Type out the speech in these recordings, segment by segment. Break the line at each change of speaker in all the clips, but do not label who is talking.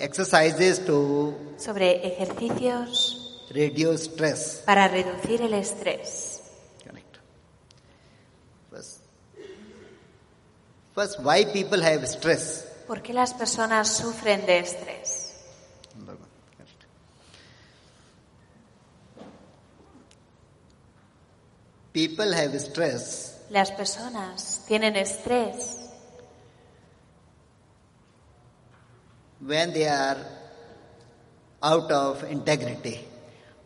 exercises to
sobre ejercicios
reduce stress.
para reducir el estrés.
Correct. First, first, why people have stress?
¿Por qué las personas sufren de estrés?
Number one. Correct. People have stress
Las personas tienen estrés
when they are out of integrity.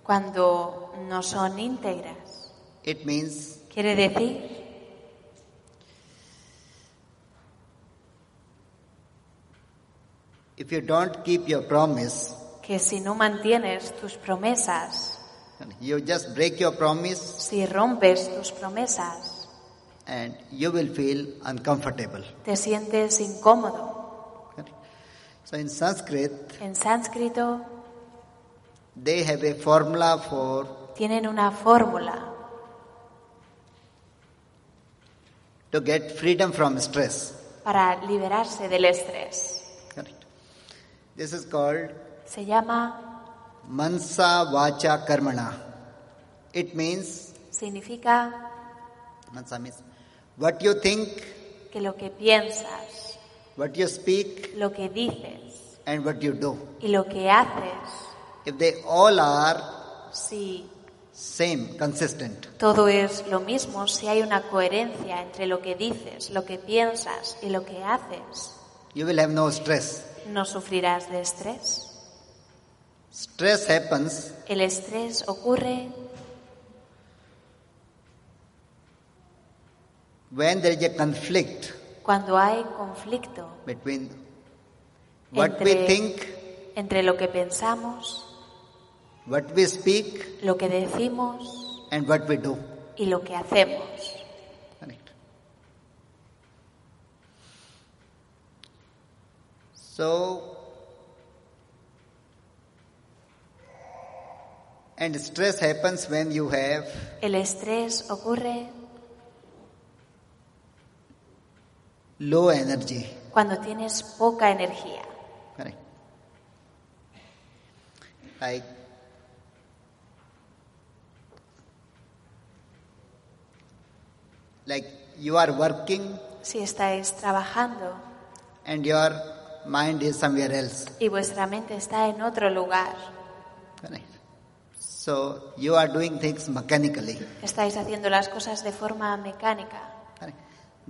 cuando no son íntegras.
It means
Quiere decir
if you don't keep your promise,
que si no mantienes tus promesas,
you just break your promise
si rompes tus promesas,
and you will feel uncomfortable.
te sientes incómodo.
So in Sanskrit,
En sánscrito
they have a formula for
tienen una fórmula
to get freedom from stress.
para liberarse del estrés.
Correct. This is called
Se llama
Mansa Vacha Karmana. It means
significa
Mansa means what you think,
que lo que piensas,
what you speak,
lo que dices
and what you do.
y lo que haces,
If they all are
si
same, consistent,
todo es lo mismo, si hay una coherencia entre lo que dices, lo que piensas y lo que haces,
you will have no stress.
no sufrirás de estrés.
Stress happens
El estrés ocurre
when there is a conflict
cuando hay conflicto
between what we
Entre-
think,
entre lo que pensamos,
what we speak,
lo que decimos
and what we do.
y lo que hacemos.
Correct. So, and stress happens when you have
El estrés ocurre
low energy.
cuando tienes poca energía.
Correct. Like like you are working
Si estáis trabajando
and your mind is somewhere else.
y vuestra mente está en otro lugar.
Correct. So you are doing things mechanically.
Estáis haciendo las cosas de forma mecánica.
Correct.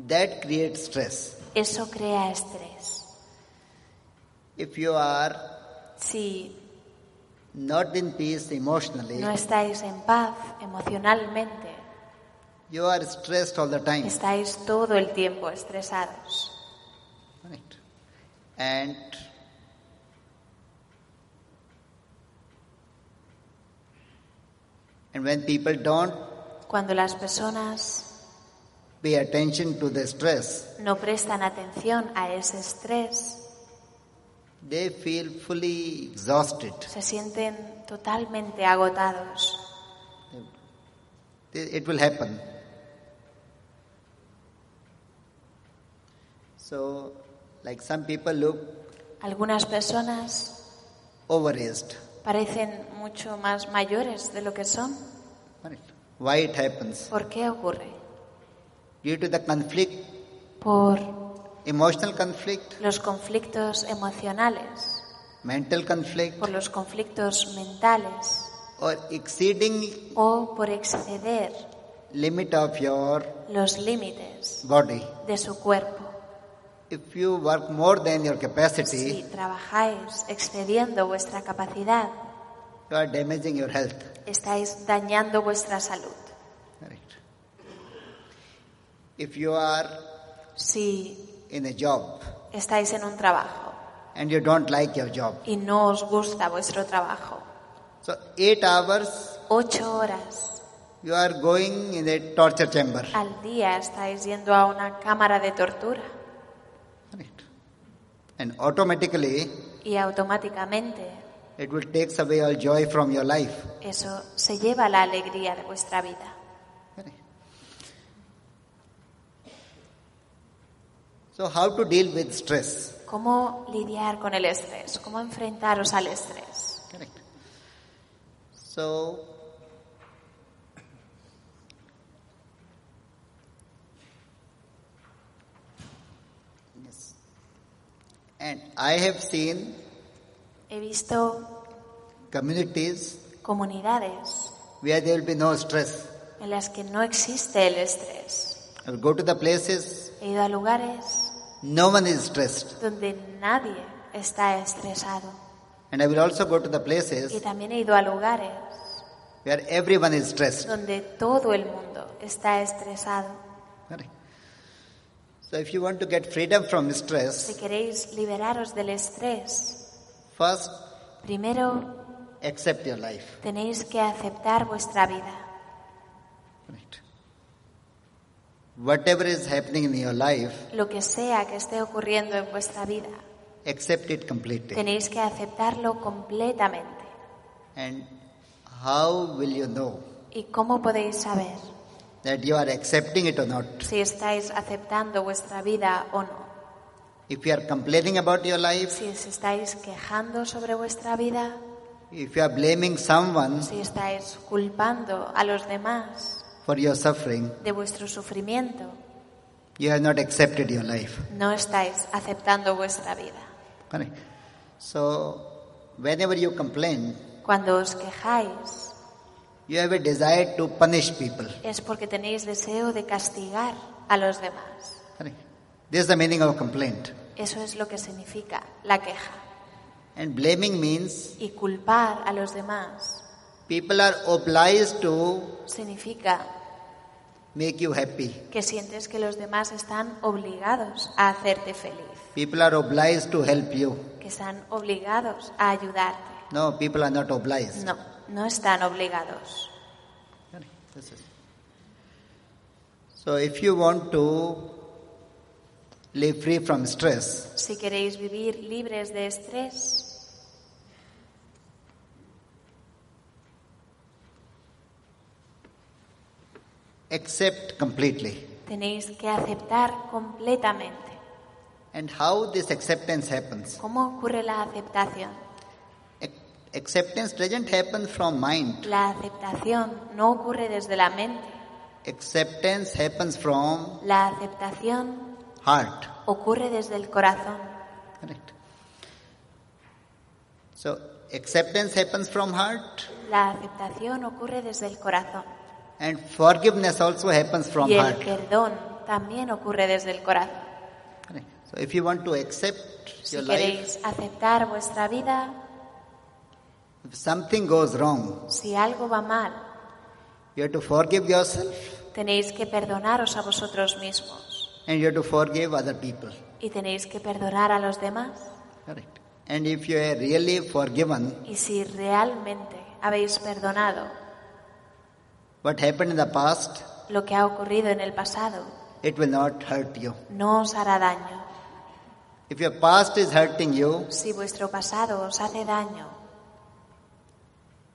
That creates stress.
Eso crea estrés.
If you are
Si
not in peace emotionally,
no estáis en paz emocionalmente,
you are stressed all the time.
estáis todo el tiempo estresados.
Correct. And and when people don't
Cuando las personas
pay attention to the stress,
no prestan atención a ese estrés,
they feel fully exhausted.
se sienten totalmente agotados.
It it will happen. So, like some people look
Algunas personas
overaged.
parecen mucho más mayores de lo que son.
Correct. Why it happens?
¿Por qué ocurre?
Due to the conflict,
Por
emotional conflict,
los conflictos emocionales,
mental conflict,
por los conflictos mentales
or exceeding
o por exceder
limit of your
los límites
body.
de su cuerpo.
If you work more than your
Si
capacity,
trabajáis excediendo vuestra capacidad,
you are damaging your health.
estáis dañando vuestra salud.
Correct. If you are
Si
in a job
estáis en un trabajo
and you don't like your job,
y no os gusta vuestro trabajo,
So, eight hours
Ocho horas
you are going in a torture chamber.
al día estáis yendo a una cámara de tortura
Right. And automatically,
y automáticamente
it will takes away all joy from your life.
eso se lleva la alegría de vuestra vida.
So, how to deal with stress?
¿Cómo lidiar con el estrés? ¿Cómo enfrentaros al estrés?
Correct. So, yes. And I have seen
He visto
communities
comunidades
where there will be no stress.
en las que no existe el estrés.
I will go to the places,
He ido a lugares
no one is stressed.
donde nadie está estresado.
And I will also go to the
Y
places
también he ido a lugares
where everyone is stressed.
donde todo el mundo está estresado.
Correct. So, if you want to get freedom from
Si
stress,
queréis liberaros del estrés,
first
primero
accept your life.
tenéis que aceptar vuestra vida.
Right. Whatever is happening in your life,
Lo que sea que esté ocurriendo en vuestra vida,
accept it completely.
tenéis que aceptarlo completamente.
And how will you know
¿Y cómo podéis saber
that you are accepting it or not?
si estáis aceptando vuestra vida o no?
If you are complaining about your life,
Si os estáis quejando sobre vuestra vida,
if you are blaming someone
si estáis culpando a los demás
for your suffering,
de vuestro sufrimiento,
you have not accepted your life.
no estáis aceptando vuestra vida.
Correct. So, whenever you complain,
Cuando os quejáis
you have a desire to punish people.
es porque tenéis deseo de castigar a los demás.
Correct. This is the meaning of complaint.
Eso es lo que significa la queja.
And blaming means
Y culpar a los demás
people are obliged to
significa
make you happy.
que sientes que los demás están obligados a hacerte feliz,
People are obliged to help you.
que están obligados a ayudarte.
No, people are not obliged.
No, no están obligados.
This is- So, if you want to live free from stress,
Si queréis vivir libres de estrés,
accept completely.
tenéis que aceptar completamente.
And how this acceptance happens?
¿Cómo ocurre la aceptación?
Ac- Acceptance doesn't happen from mind.
La aceptación no ocurre desde la mente.
Acceptance happens from
La aceptación
heart.
ocurre desde el corazón.
Correct. So, acceptance happens from heart,
La aceptación ocurre desde el corazón.
and forgiveness also happens from
Y el
heart.
perdón también ocurre desde el corazón.
Correct. So if you want to accept
Si
your life,
queréis aceptar vuestra vida,
if something goes wrong,
si algo va mal,
you have to forgive yourself
tenéis que perdonaros a vosotros mismos
and you have to forgive other people.
y tenéis que perdonar a los demás.
Correct. And if you are really forgiven,
Y si realmente habéis perdonado
what happened in the past,
lo que ha ocurrido en el pasado,
it will not hurt you.
no os hará daño.
If your past is hurting you,
Si vuestro pasado os hace daño,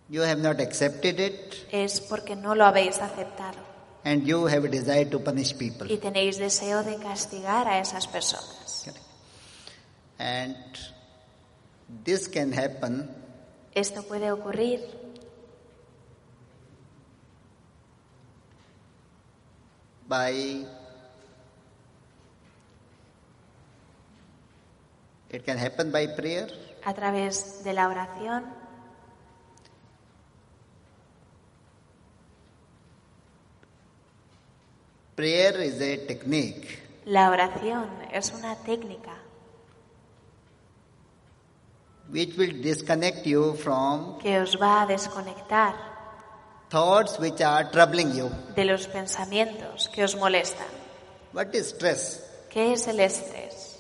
you have not accepted it
es porque no lo habéis aceptado
and you have a desire to punish people.
y tenéis deseo de castigar a esas personas.
Correct. And this can happen
Esto puede ocurrir
by it can happen by prayer
a través de la oración,
prayer is a technique
La oración es una técnica
which will disconnect you from
que os va a desconectar
thoughts which are troubling you
de los pensamientos que os molestan.
what is stress
¿Qué es el estrés?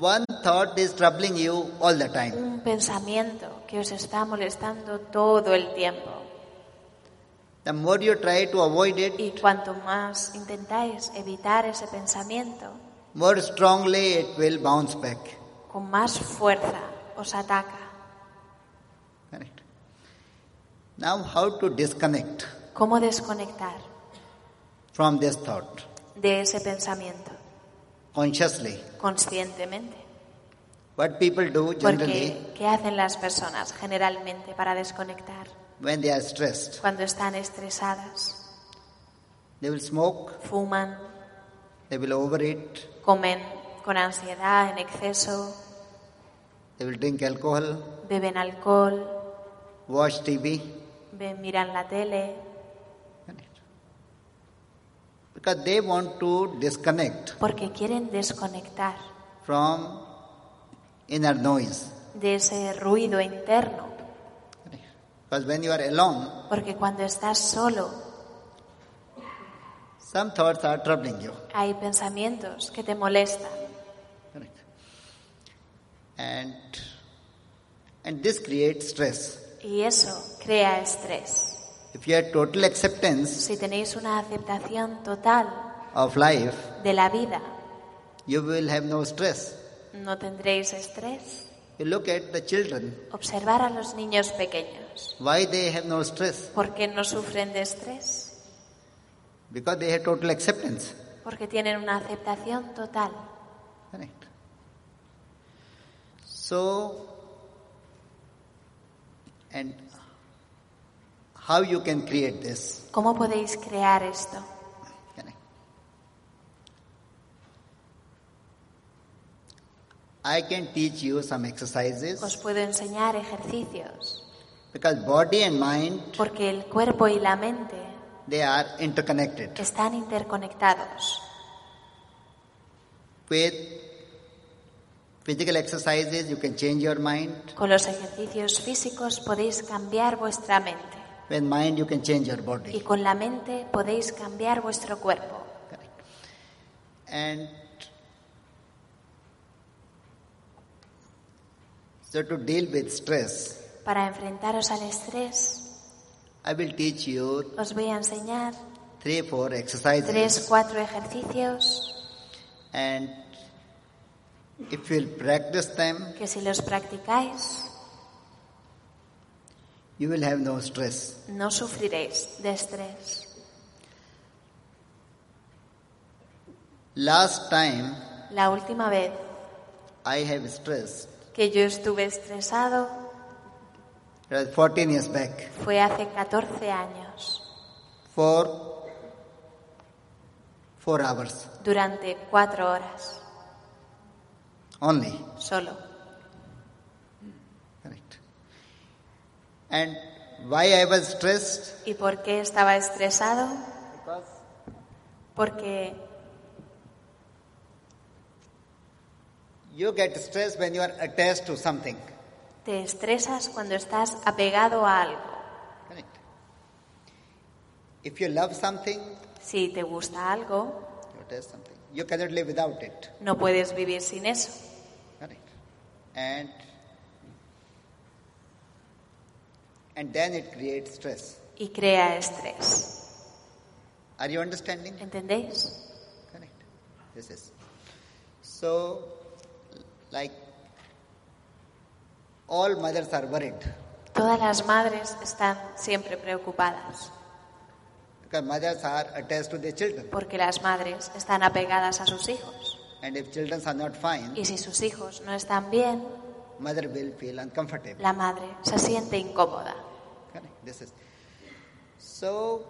one thought is troubling you all the time.
un pensamiento que os está molestando todo el tiempo.
The more you try to avoid it,
Y cuanto más intentáis evitar ese pensamiento,
more strongly it will bounce back.
con más fuerza os ataca.
Correct. Now, how to disconnect
¿Cómo desconectar
from this thought
de ese pensamiento?
consciously?
Conscientemente.
What people do generally
Porque, ¿qué hacen las personas generalmente para desconectar?
when they are stressed,
Cuando están estresadas,
they will smoke,
fuman,
they will overeat,
comen con ansiedad, en exceso,
they will drink alcohol,
beben alcohol,
watch TV,
ven- miran la tele,
because they want to disconnect
porque quieren desconectar
from inner noise.
de ese ruido interno.
Because when you are alone,
Porque cuando estás solo,
some thoughts are troubling you.
hay pensamientos que te molestan.
Correct. And and this creates stress.
Y eso crea estrés.
If you have total acceptance
Si tenéis una aceptación total
of life,
de la vida,
you will have no stress.
no tendréis estrés.
You look at the children,
Observar a los niños pequeños.
why they have no stress?
¿Por qué no sufren de estrés?
Because they have total acceptance.
Porque tienen una aceptación total.
Correct. So, and how you can create this?
¿Cómo podéis crear esto?
Correct. I can teach you some
Os
exercises
puedo enseñar ejercicios.
because body and mind
Porque el cuerpo y la mente
they are interconnected
están interconectados.
with physical exercises you can change your mind
Con los ejercicios físicos podéis cambiar vuestra mente
with mind you can change your
y
body
con la mente podéis cambiar vuestro cuerpo.
Correct. and so to deal with stress
Para enfrentaros al estrés
I will teach you
os voy a enseñar
three four exercises
tres, cuatro ejercicios
And if you'll practice them,
que si los practicáis
you will have no stress.
no sufriréis de estrés.
Last time
La última vez
I have stress,
que yo estuve estresado
it was 14 uh, years back,
fue hace 14 años,
for four hours
durante cuatro horas
only.
solo.
Correct. And why I was stressed?
¿Y por qué estaba estresado? Porque
You get stressed when you are attached to something.
Te estresas cuando estás apegado a algo.
Correct. If you love something,
Si te gusta algo,
you attach something. You cannot live without it.
no puedes vivir sin eso.
Correct. And and then it creates stress.
Y crea estrés.
Are you understanding?
¿Entendéis?
Correct. This is. So like all mothers are worried
Todas las madres están siempre preocupadas
because mothers are attached to their children.
porque las madres están apegadas a sus hijos.
And if children are not fine,
Y si sus hijos no están bien,
mother will feel uncomfortable.
la madre se siente incómoda.
Correct. This is. So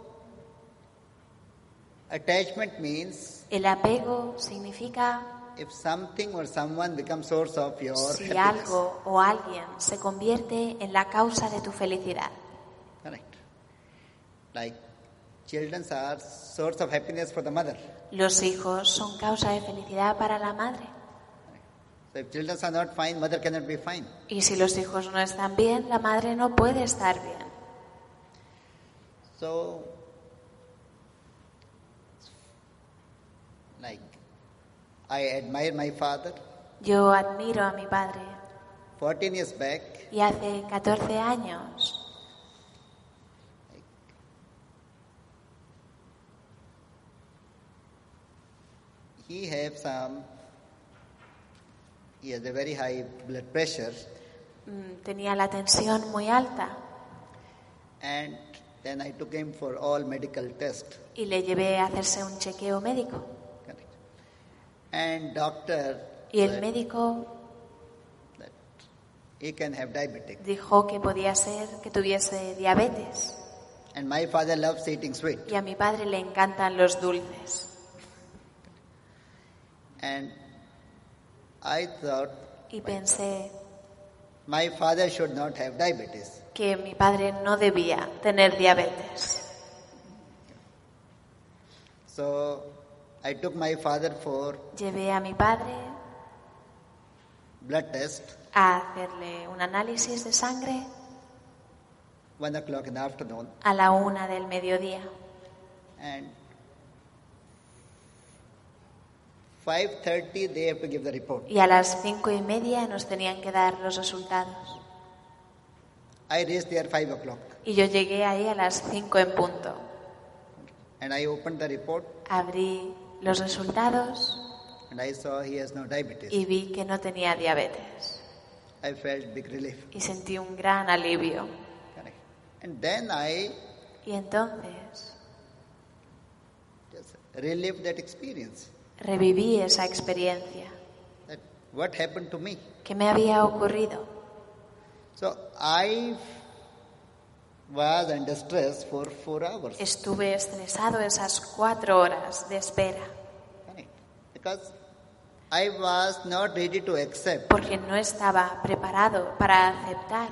attachment means
El apego significa
if something or someone becomes source of your
si
happiness.
algo o alguien se convierte en la causa de tu felicidad.
Correct. Like children are source of happiness for the mother.
Los hijos son causa de felicidad para la madre.
So if children are not fine, mother cannot be fine.
Y si los hijos no están bien, la madre no puede estar bien.
So like I admire my father
Yo admiro a mi padre
14 years back,
y hace 14 años
he have some, he has a very high blood pressure
mm, tenía la tensión muy alta
and then I took him for all medical tests.
y le llevé a hacerse un chequeo médico.
Correct. And doctor
Y el
said
médico
that he can have diabetic.
dijo que podía ser que tuviese diabetes.
And my father loves eating sweet.
Y a mi padre le encantan los dulces.
And I thought
Y pensé
my father should not have diabetes.
que mi padre no debía tener diabetes.
So I took my father for
Llevé a mi padre
blood test
a hacerle un análisis de sangre
one o'clock in the afternoon
a la una del mediodía.
and 5.30 they have to give the report.
Y a las cinco y media nos tenían que dar los resultados.
I reached there 5 o'clock
Y yo llegué ahí a las cinco en punto.
and I opened the report
Abrí los resultados
and I saw he has no diabetes.
y vi que no tenía diabetes.
I felt big relief.
Y sentí un gran alivio.
Correct. And then I
Y entonces
just relived that experience.
reviví esa experiencia.
That what happened to me.
¿Qué me había ocurrido?
So I was under stress for four hours.
Estuve estresado esas cuatro horas de espera
Correct. Because I was not ready to accept
porque no estaba preparado para aceptar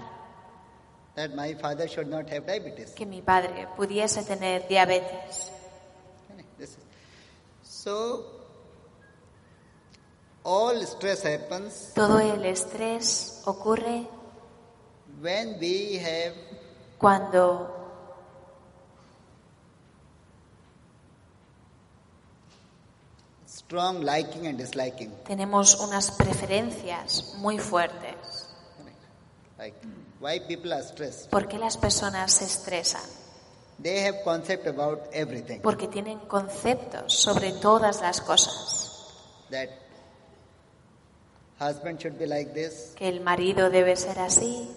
that my father should not have diabetes.
que mi padre pudiese tener diabetes.
Correct. This is- So all stress happens
Todo el estrés ocurre
when we have
cuando
strong liking and disliking.
tenemos unas preferencias muy fuertes.
Correct. Like why people are stressed.
¿Por qué las personas se estresan?
They have concept about everything.
Porque tienen conceptos sobre todas las cosas.
that husband should be like this,
Que el marido debe ser así,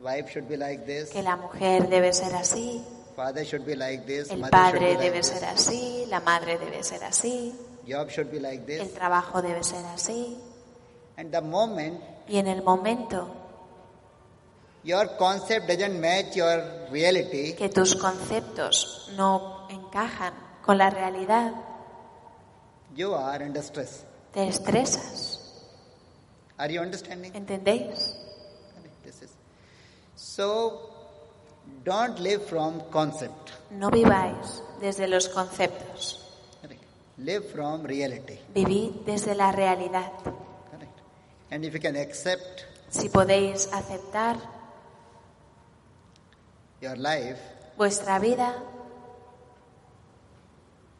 wife should be like this,
que la mujer debe ser así,
father should be like this,
El
mother should be
padre
like
debe
this,
ser así, la madre debe ser así,
job should be like this.
el trabajo debe ser así.
And the moment
Y en el momento
your concept doesn't match your reality,
que tus conceptos no encajan con la realidad,
you are under stress.
te estresas.
Are you understanding?
¿Entendéis?
This is so. Don't live from concept.
No viváis desde los conceptos,
Correct. Live from reality.
vivid desde la realidad.
Correct. And if you can accept
Si podéis aceptar
your life,
vuestra vida,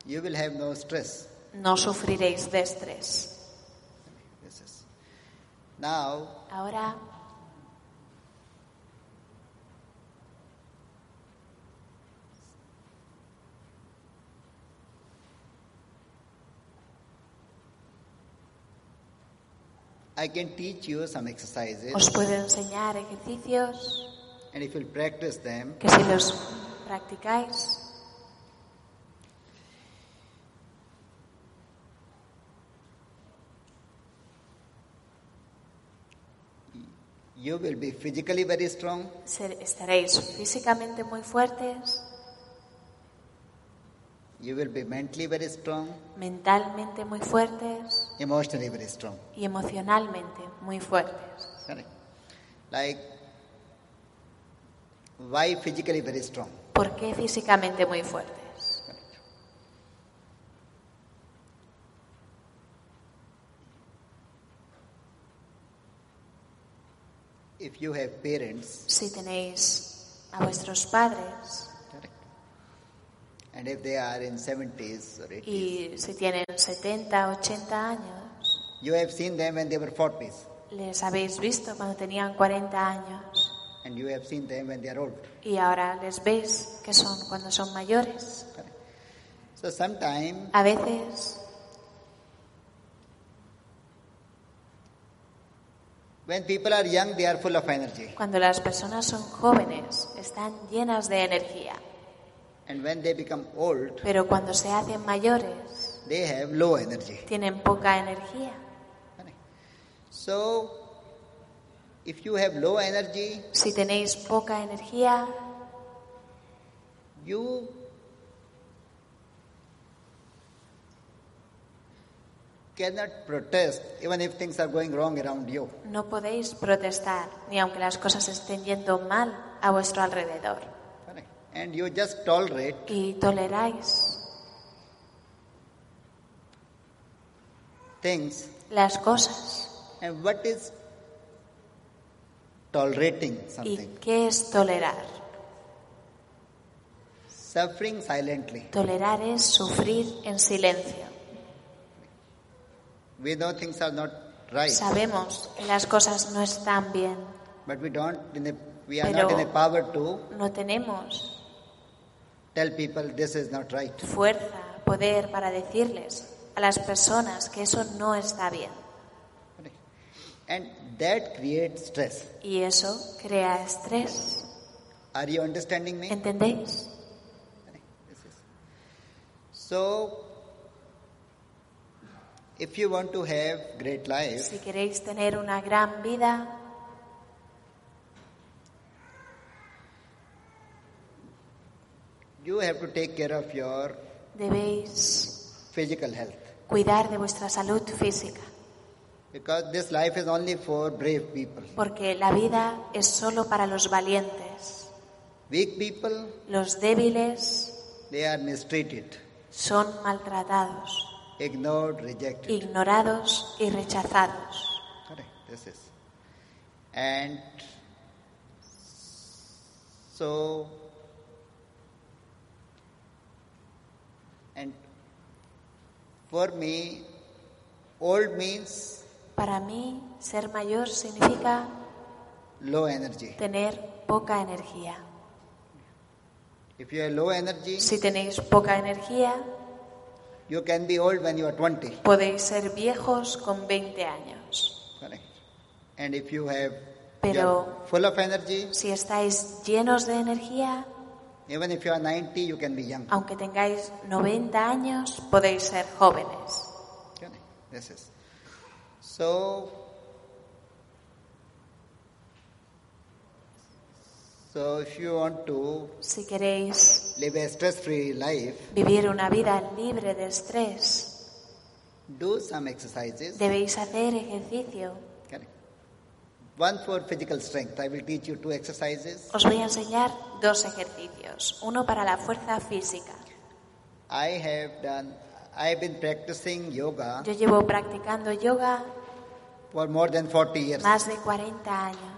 you will have no stress.
no sufriréis de estrés.
This is. Now,
Ahora
I can teach you some exercises,
os puedo enseñar ejercicios
and if you'll practice them,
que si los practicáis
you will be physically very strong,
ser- estaréis físicamente muy fuertes,
you will be mentally very strong,
mentalmente muy fuertes
emotionally very strong.
y emocionalmente muy fuertes.
Correct. Like, why physically very strong?
¿Por qué físicamente muy fuertes?
If you have parents,
Si tenéis a vuestros padres
correct. And if they are in 70s or 80s,
y si tienen 70, 80 años,
You have seen them when they were 40s,
Les habéis visto cuando tenían 40 años
and you have seen them when they are old.
y ahora les veis que son cuando son mayores.
So sometimes
A veces,
when people are young, they are full of energy,
cuando las personas son jóvenes, están llenas de energía,
and when they become old,
pero cuando se hacen mayores,
they have low energy.
tienen poca energía.
So if you have low energy,
Si tenéis poca energía,
you cannot protest even if things are going wrong around you.
no podéis protestar, ni aunque las cosas estén yendo mal a vuestro alrededor.
Correct. And you just tolerate
Y toleráis
things.
las cosas.
And what is tolerating
¿Y
something?
qué es tolerar?
Suffering silently.
Tolerar es sufrir en silencio.
We know things are not right,
Sabemos que las cosas no están bien.
but we don't. In a, we are
Pero-
not in a power to
No tenemos
tell people this is not right.
fuerza, poder para decirles a las personas que eso no está bien.
Correct. And that creates stress.
Y eso crea estrés.
Are you understanding me?
¿Entendéis?
This is- So, if you want to have great life,
Si queréis tener una gran vida,
you have to take care of your
debéis
physical health
cuidar de vuestra salud física,
because this life is only for brave people.
porque la vida es solo para los valientes.
Weak people,
Los débiles
they are mistreated,
son maltratados.
ignored, rejected.
E- ignorados y rechazados.
Correct. This is. And so, and for me, old means
Para mí, ser mayor significa
low energy.
tener poca energía.
If you are low energy,
Si tenéis poca energía,
you can be old when you are 20.
podéis ser viejos con 20 años.
Correct. And if you have
Pero-
you are full of energy,
Si estáis llenos de energía,
even if you are 90, you can be young.
aunque tengáis 90 años, podéis ser jóvenes.
Correct. This is. So, so if you want to
Si queréis
live a stress-free life,
vivir una vida libre de estrés,
do some exercises.
debéis hacer ejercicio.
Correct. One for physical strength. I will teach you two exercises.
Os voy a enseñar dos ejercicios, uno para la fuerza física.
I have done. I have been practicing yoga
Yo llevo practicando yoga
for more than 40 years,
más de 40 años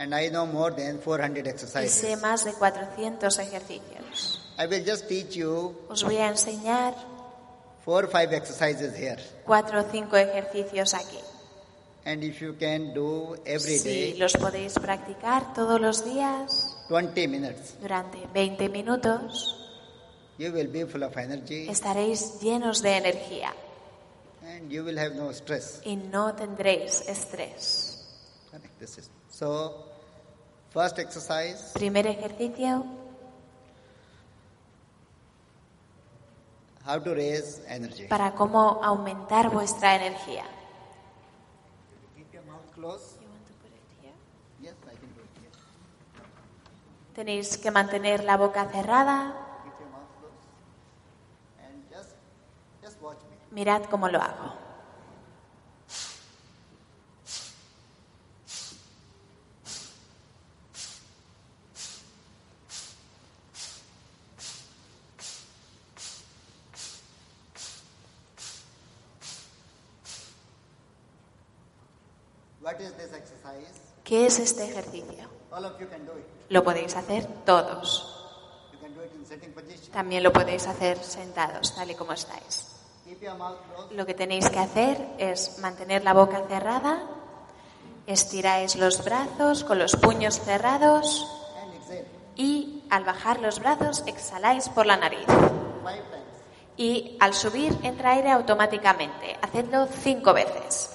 and I know more than 400
y sé
exercises.
más de 400 ejercicios.
I will just teach you
Os voy a enseñar
four or five exercises here,
cuatro o cinco ejercicios aquí.
and if you can do every
Si
day
los podéis practicar todos los días
20 minutes.
durante 20 minutos,
You will be full of energy
estaréis llenos de energía
and you will have no stress.
y no tendréis estrés.
Correct, This is so. First exercise.
Primer ejercicio,
How to raise energy.
para cómo aumentar vuestra energía.
Keep your mouth closed. Yes, I can do it. Yes.
Tenéis que mantener la boca cerrada.
Keep your mouth closed. And just, just watch me.
Mirad cómo lo hago.
What is this exercise?
¿Qué es este ejercicio?
All of you can do it.
Lo podéis hacer todos.
You can do it in sitting position.
También lo podéis hacer sentados, tal y como estáis.
Keep Keep your mouth closed.
Lo que tenéis que hacer es mantener la boca cerrada, estiráis los brazos con los puños cerrados
and exhale
y al bajar los brazos exhaláis por la nariz.
five times.
Y al subir entra aire automáticamente. Hacedlo cinco veces.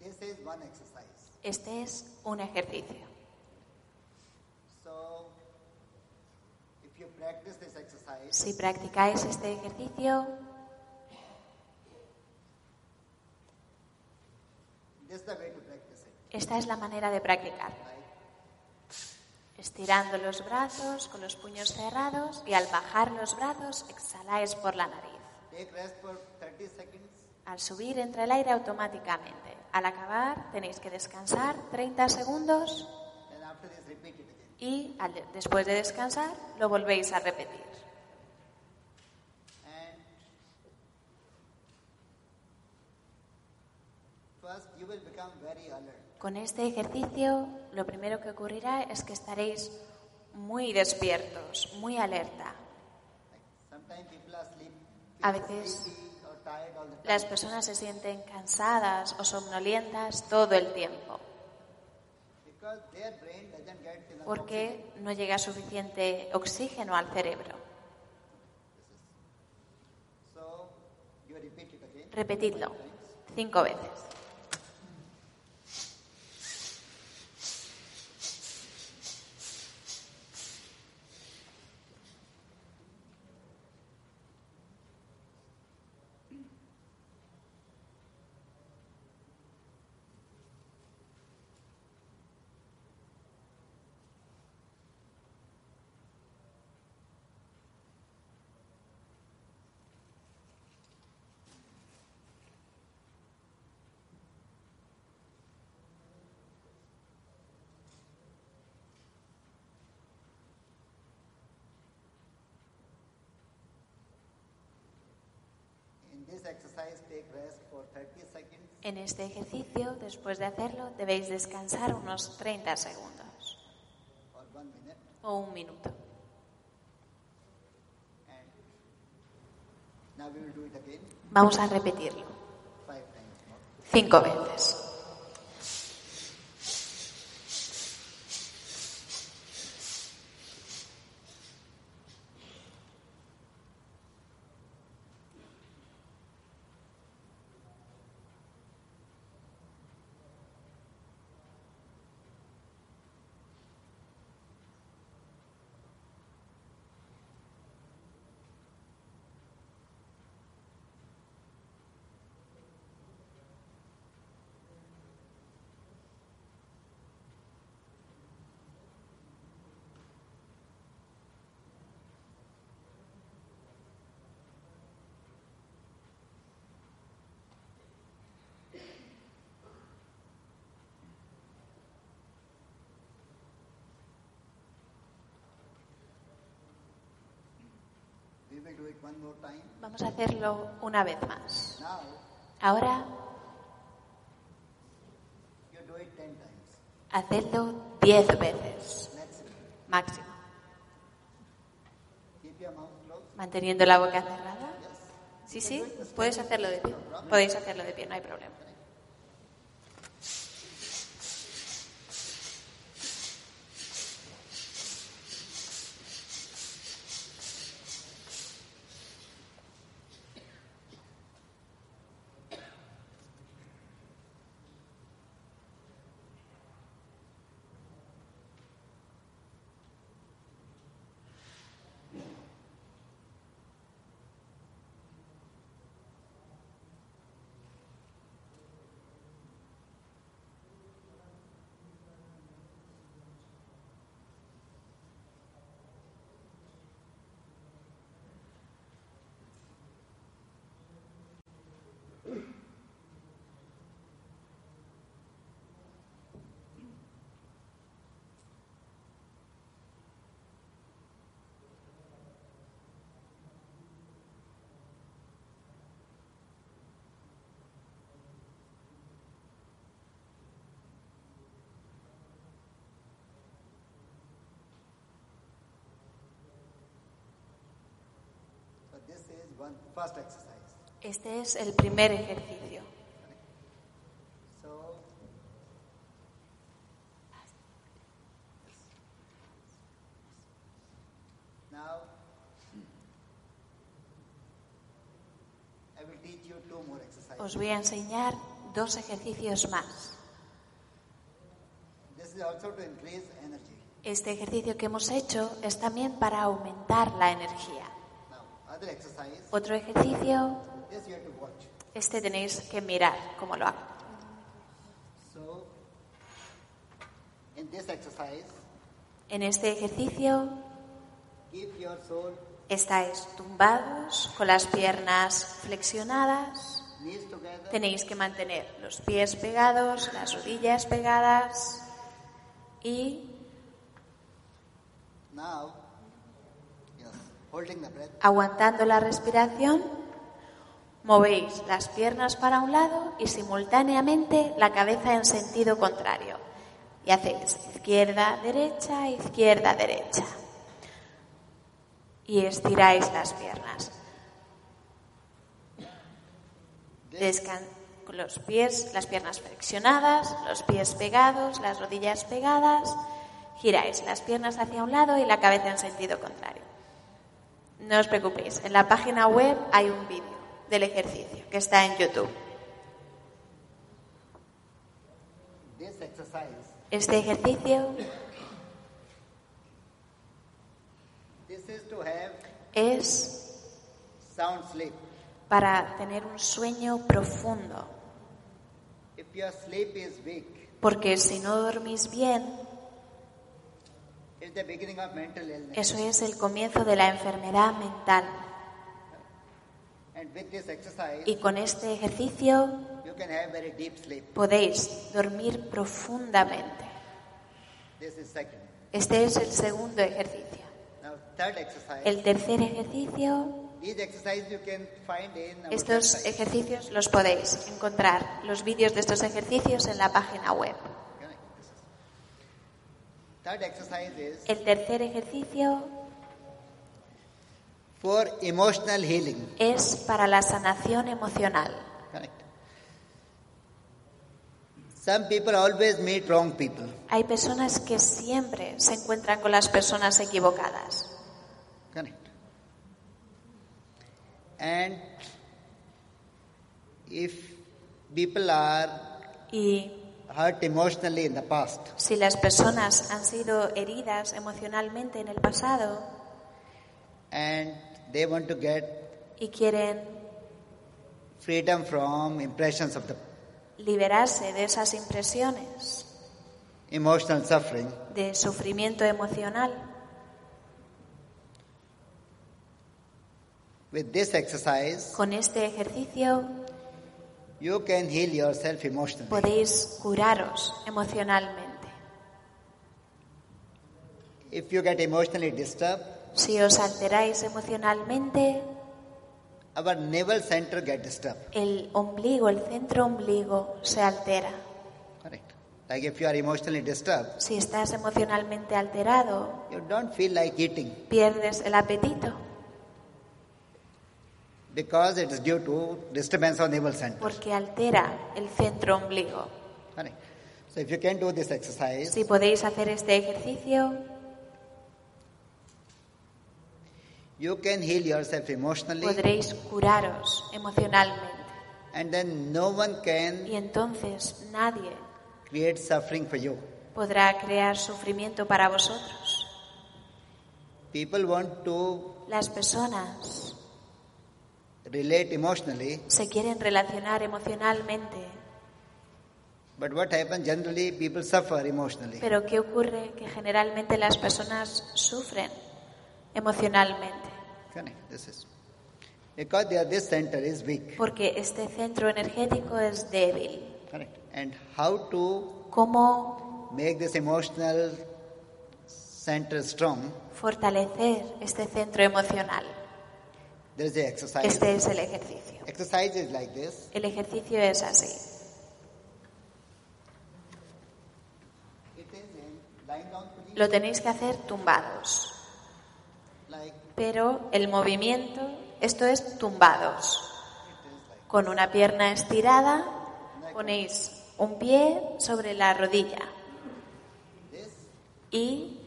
This is one exercise.
Este es un ejercicio.
So, if you practice this exercise,
Si practicáis este ejercicio,
this is the way to practice it.
esta es la manera de practicarlo.
Like,
Estirando los brazos con los puños cerrados y al bajar los brazos exhaláis por la nariz.
take rest for 30 seconds.
Al subir entra el aire automáticamente. Al acabar tenéis que descansar 30 segundos
Then after this, repeat it again.
y al- después de descansar lo volvéis a repetir.
And first, you will become very alert.
Con este ejercicio lo primero que ocurrirá es que estaréis muy despiertos, muy alerta.
Like, sometimes people are sleep,
A
feel
veces-
sleepy or tired all the time.
Las personas se sienten cansadas o somnolientas todo el tiempo
Because their brain doesn't get enough oxygen.
porque no llega suficiente oxígeno al cerebro.
So, you repeat it again.
Repetidlo cinco veces.
In this exercise, take rest for 30 seconds.
En este ejercicio, después de hacerlo, debéis descansar unos 30 segundos
or one minute
o un minuto.
and now we will do it again
Vamos a repetirlo
five times more.
cinco veces.
We will do it one more time.
Vamos a hacerlo una vez más.
Now
Ahora,
you do it ten times.
hacedlo 10 veces
Maximum.
máximo,
Keep your mouth closed.
manteniendo la boca cerrada.
Yes.
Sí, sí, puedes hacerlo de pie. Podéis hacerlo de pie, no hay problema.
This is one first exercise.
Este es el primer ejercicio.
So now I will teach you two more exercises.
Os voy a enseñar dos ejercicios más.
This is also to increase energy.
Este ejercicio que hemos hecho es también para aumentar la energía.
Now other exercise.
Otro ejercicio,
This you have to watch.
este tenéis que mirar cómo lo hago.
So in this exercise,
En este ejercicio
keep your soul
estáis tumbados con las piernas flexionadas.
knees together.
Tenéis que mantener los pies pegados, las rodillas pegadas y
Now, yes, holding the breath.
aguantando la respiración, movéis las piernas para un lado y simultáneamente la cabeza en sentido contrario. Y hacéis izquierda, derecha, izquierda, derecha. Y estiráis las piernas. Descan- con los pies, las piernas flexionadas, los pies pegados, las rodillas pegadas. Giráis las piernas hacia un lado y la cabeza en sentido contrario. No os preocupéis, en la página web hay un vídeo del ejercicio que está en YouTube.
This exercise,
Este ejercicio
this is to have
es
sound sleep.
para tener un sueño profundo,
If your sleep is weak,
porque si no dormís bien,
it's the beginning of mental illness.
eso es el comienzo de la enfermedad mental.
And with this exercise,
Y con este ejercicio
you can have very deep sleep.
podéis dormir profundamente.
This is second.
Este es el segundo ejercicio.
Now, third exercise.
El tercer ejercicio,
These exercises you can find in our
estos
website.
ejercicios los podéis encontrar, los vídeos de estos ejercicios en la página web.
Correct. Third exercise is
El tercer ejercicio
for emotional healing.
es para la sanación emocional.
Correct. Some people always meet wrong people.
Hay personas que siempre se encuentran con las personas equivocadas.
Correct. And if people are
Y
hurt emotionally in the past,
si las personas han sido heridas emocionalmente en el pasado
and they want to get
y quieren
freedom from impressions of the
liberarse de esas impresiones
emotional suffering,
de sufrimiento emocional,
with this exercise,
con este ejercicio
you can heal yourself emotionally.
podéis curaros emocionalmente.
If you get emotionally disturbed,
Si os alteráis emocionalmente,
our navel center get disturbed.
el ombligo, el centro ombligo se altera.
Correct. Like if you are emotionally disturbed,
Si estás emocionalmente alterado,
you don't feel like eating
pierdes el apetito
because it is due to disturbance of navel center.
porque altera el centro ombligo.
Correct. So if you can do this exercise,
Si podéis hacer este ejercicio,
you can heal yourself emotionally,
podréis curaros emocionalmente
and then no one can
y entonces nadie
create suffering for you.
podrá crear sufrimiento para vosotros.
People want to
Las personas
relate emotionally,
se quieren relacionar emocionalmente,
but what happens generally, people suffer emotionally.
pero ¿qué ocurre? Que generalmente las personas sufren emocionalmente
Correct. This is because their this center is weak.
porque este centro energético es débil.
Correct. And how to
¿Cómo
make this emotional center strong?
fortalecer este centro emocional.
There is the exercise.
Este es el ejercicio.
Exercise is like this.
El ejercicio es así.
It is in lying down position,
Lo tenéis que hacer tumbados,
like
pero el movimiento esto es tumbados. Con una pierna estirada ponéis un pie sobre la rodilla y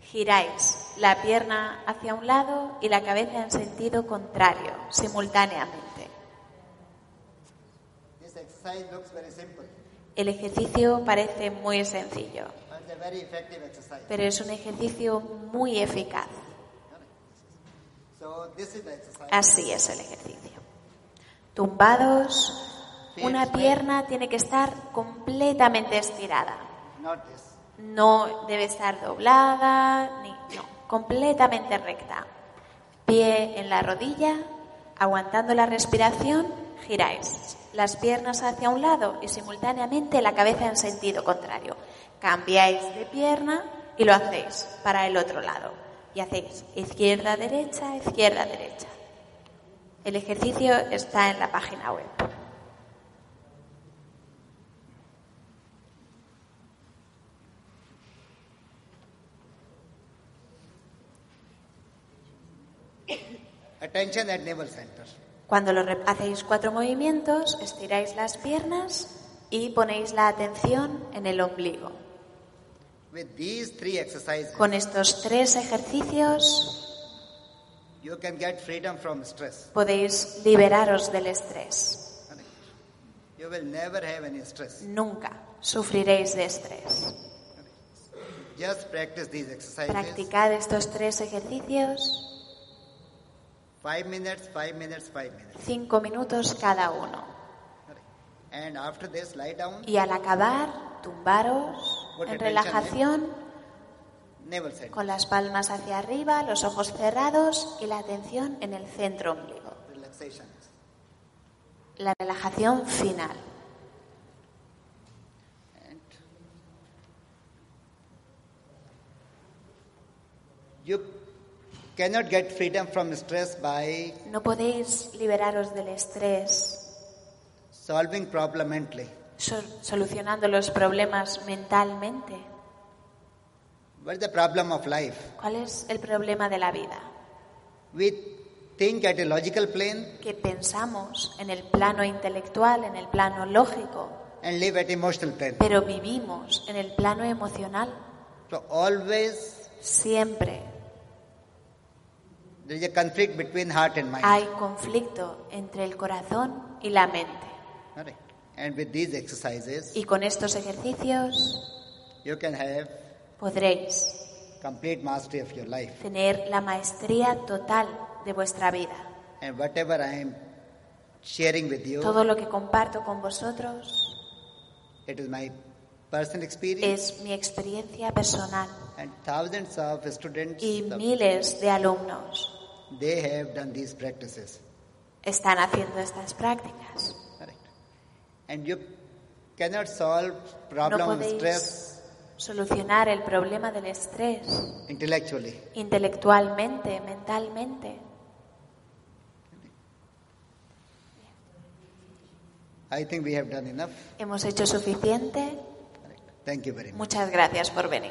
giráis la pierna hacia un lado y la cabeza en sentido contrario simultáneamente.
This exercise looks very simple,
El ejercicio parece muy sencillo,
but it's a very effective exercise.
pero es un ejercicio muy eficaz.
So this is the exercise.
Así es el ejercicio. Tumbados, una pierna tiene que estar completamente estirada.
Not this.
No debe estar doblada, ni, no, completamente recta. Pie en la rodilla, aguantando la respiración, giráis las piernas hacia un lado y simultáneamente la cabeza en sentido contrario. Cambiáis de pierna y lo hacéis para el otro lado. Y hacéis izquierda, derecha, izquierda, derecha. El ejercicio está en la página web.
Attention at navel center.
Cuando lo rep- hacéis cuatro movimientos, estiráis las piernas y ponéis la atención en el ombligo.
With these three exercises,
Con estos tres ejercicios
you can get freedom from stress.
podéis liberaros del estrés.
You will never have any stress.
Nunca sufriréis de estrés.
Just practice these exercises.
Practicad estos tres ejercicios
Five minutes, five minutes, five minutes.
cinco minutos cada uno.
And after this, lie down,
Y al acabar, tumbaros en relajación
navel center.
con las palmas hacia arriba, los ojos cerrados y la atención en el centro ombligo.
Relaxation.
La relajación final.
And you cannot get freedom from stress by
No podéis liberaros del estrés
solving problem mentally.
sol- solucionando los problemas mentalmente.
What is the problem of life?
¿Cuál es el problema de la vida?
We think at a logical plane
Que pensamos en el plano intelectual, en el plano lógico,
and live at emotional plane.
pero vivimos en el plano emocional.
So always
Siempre
there is a conflict between heart and mind.
hay conflicto entre el corazón y la mente.
All right. And with these exercises,
Y con estos ejercicios
you can have
podréis
complete mastery of your life.
tener la maestría total de vuestra vida.
And whatever I am sharing with you,
Todo lo que comparto con vosotros
it is my personal experience.
es mi experiencia personal
And thousands of students,
y miles de alumnos
they have done these practices.
están haciendo estas prácticas.
Correct. And you cannot solve problem
No
of stress
podéis solucionar el problema del estrés
intellectually.
intelectualmente, mentalmente.
I think we have done enough.
Hemos hecho suficiente.
Correct. Thank you very much.
Muchas gracias por venir.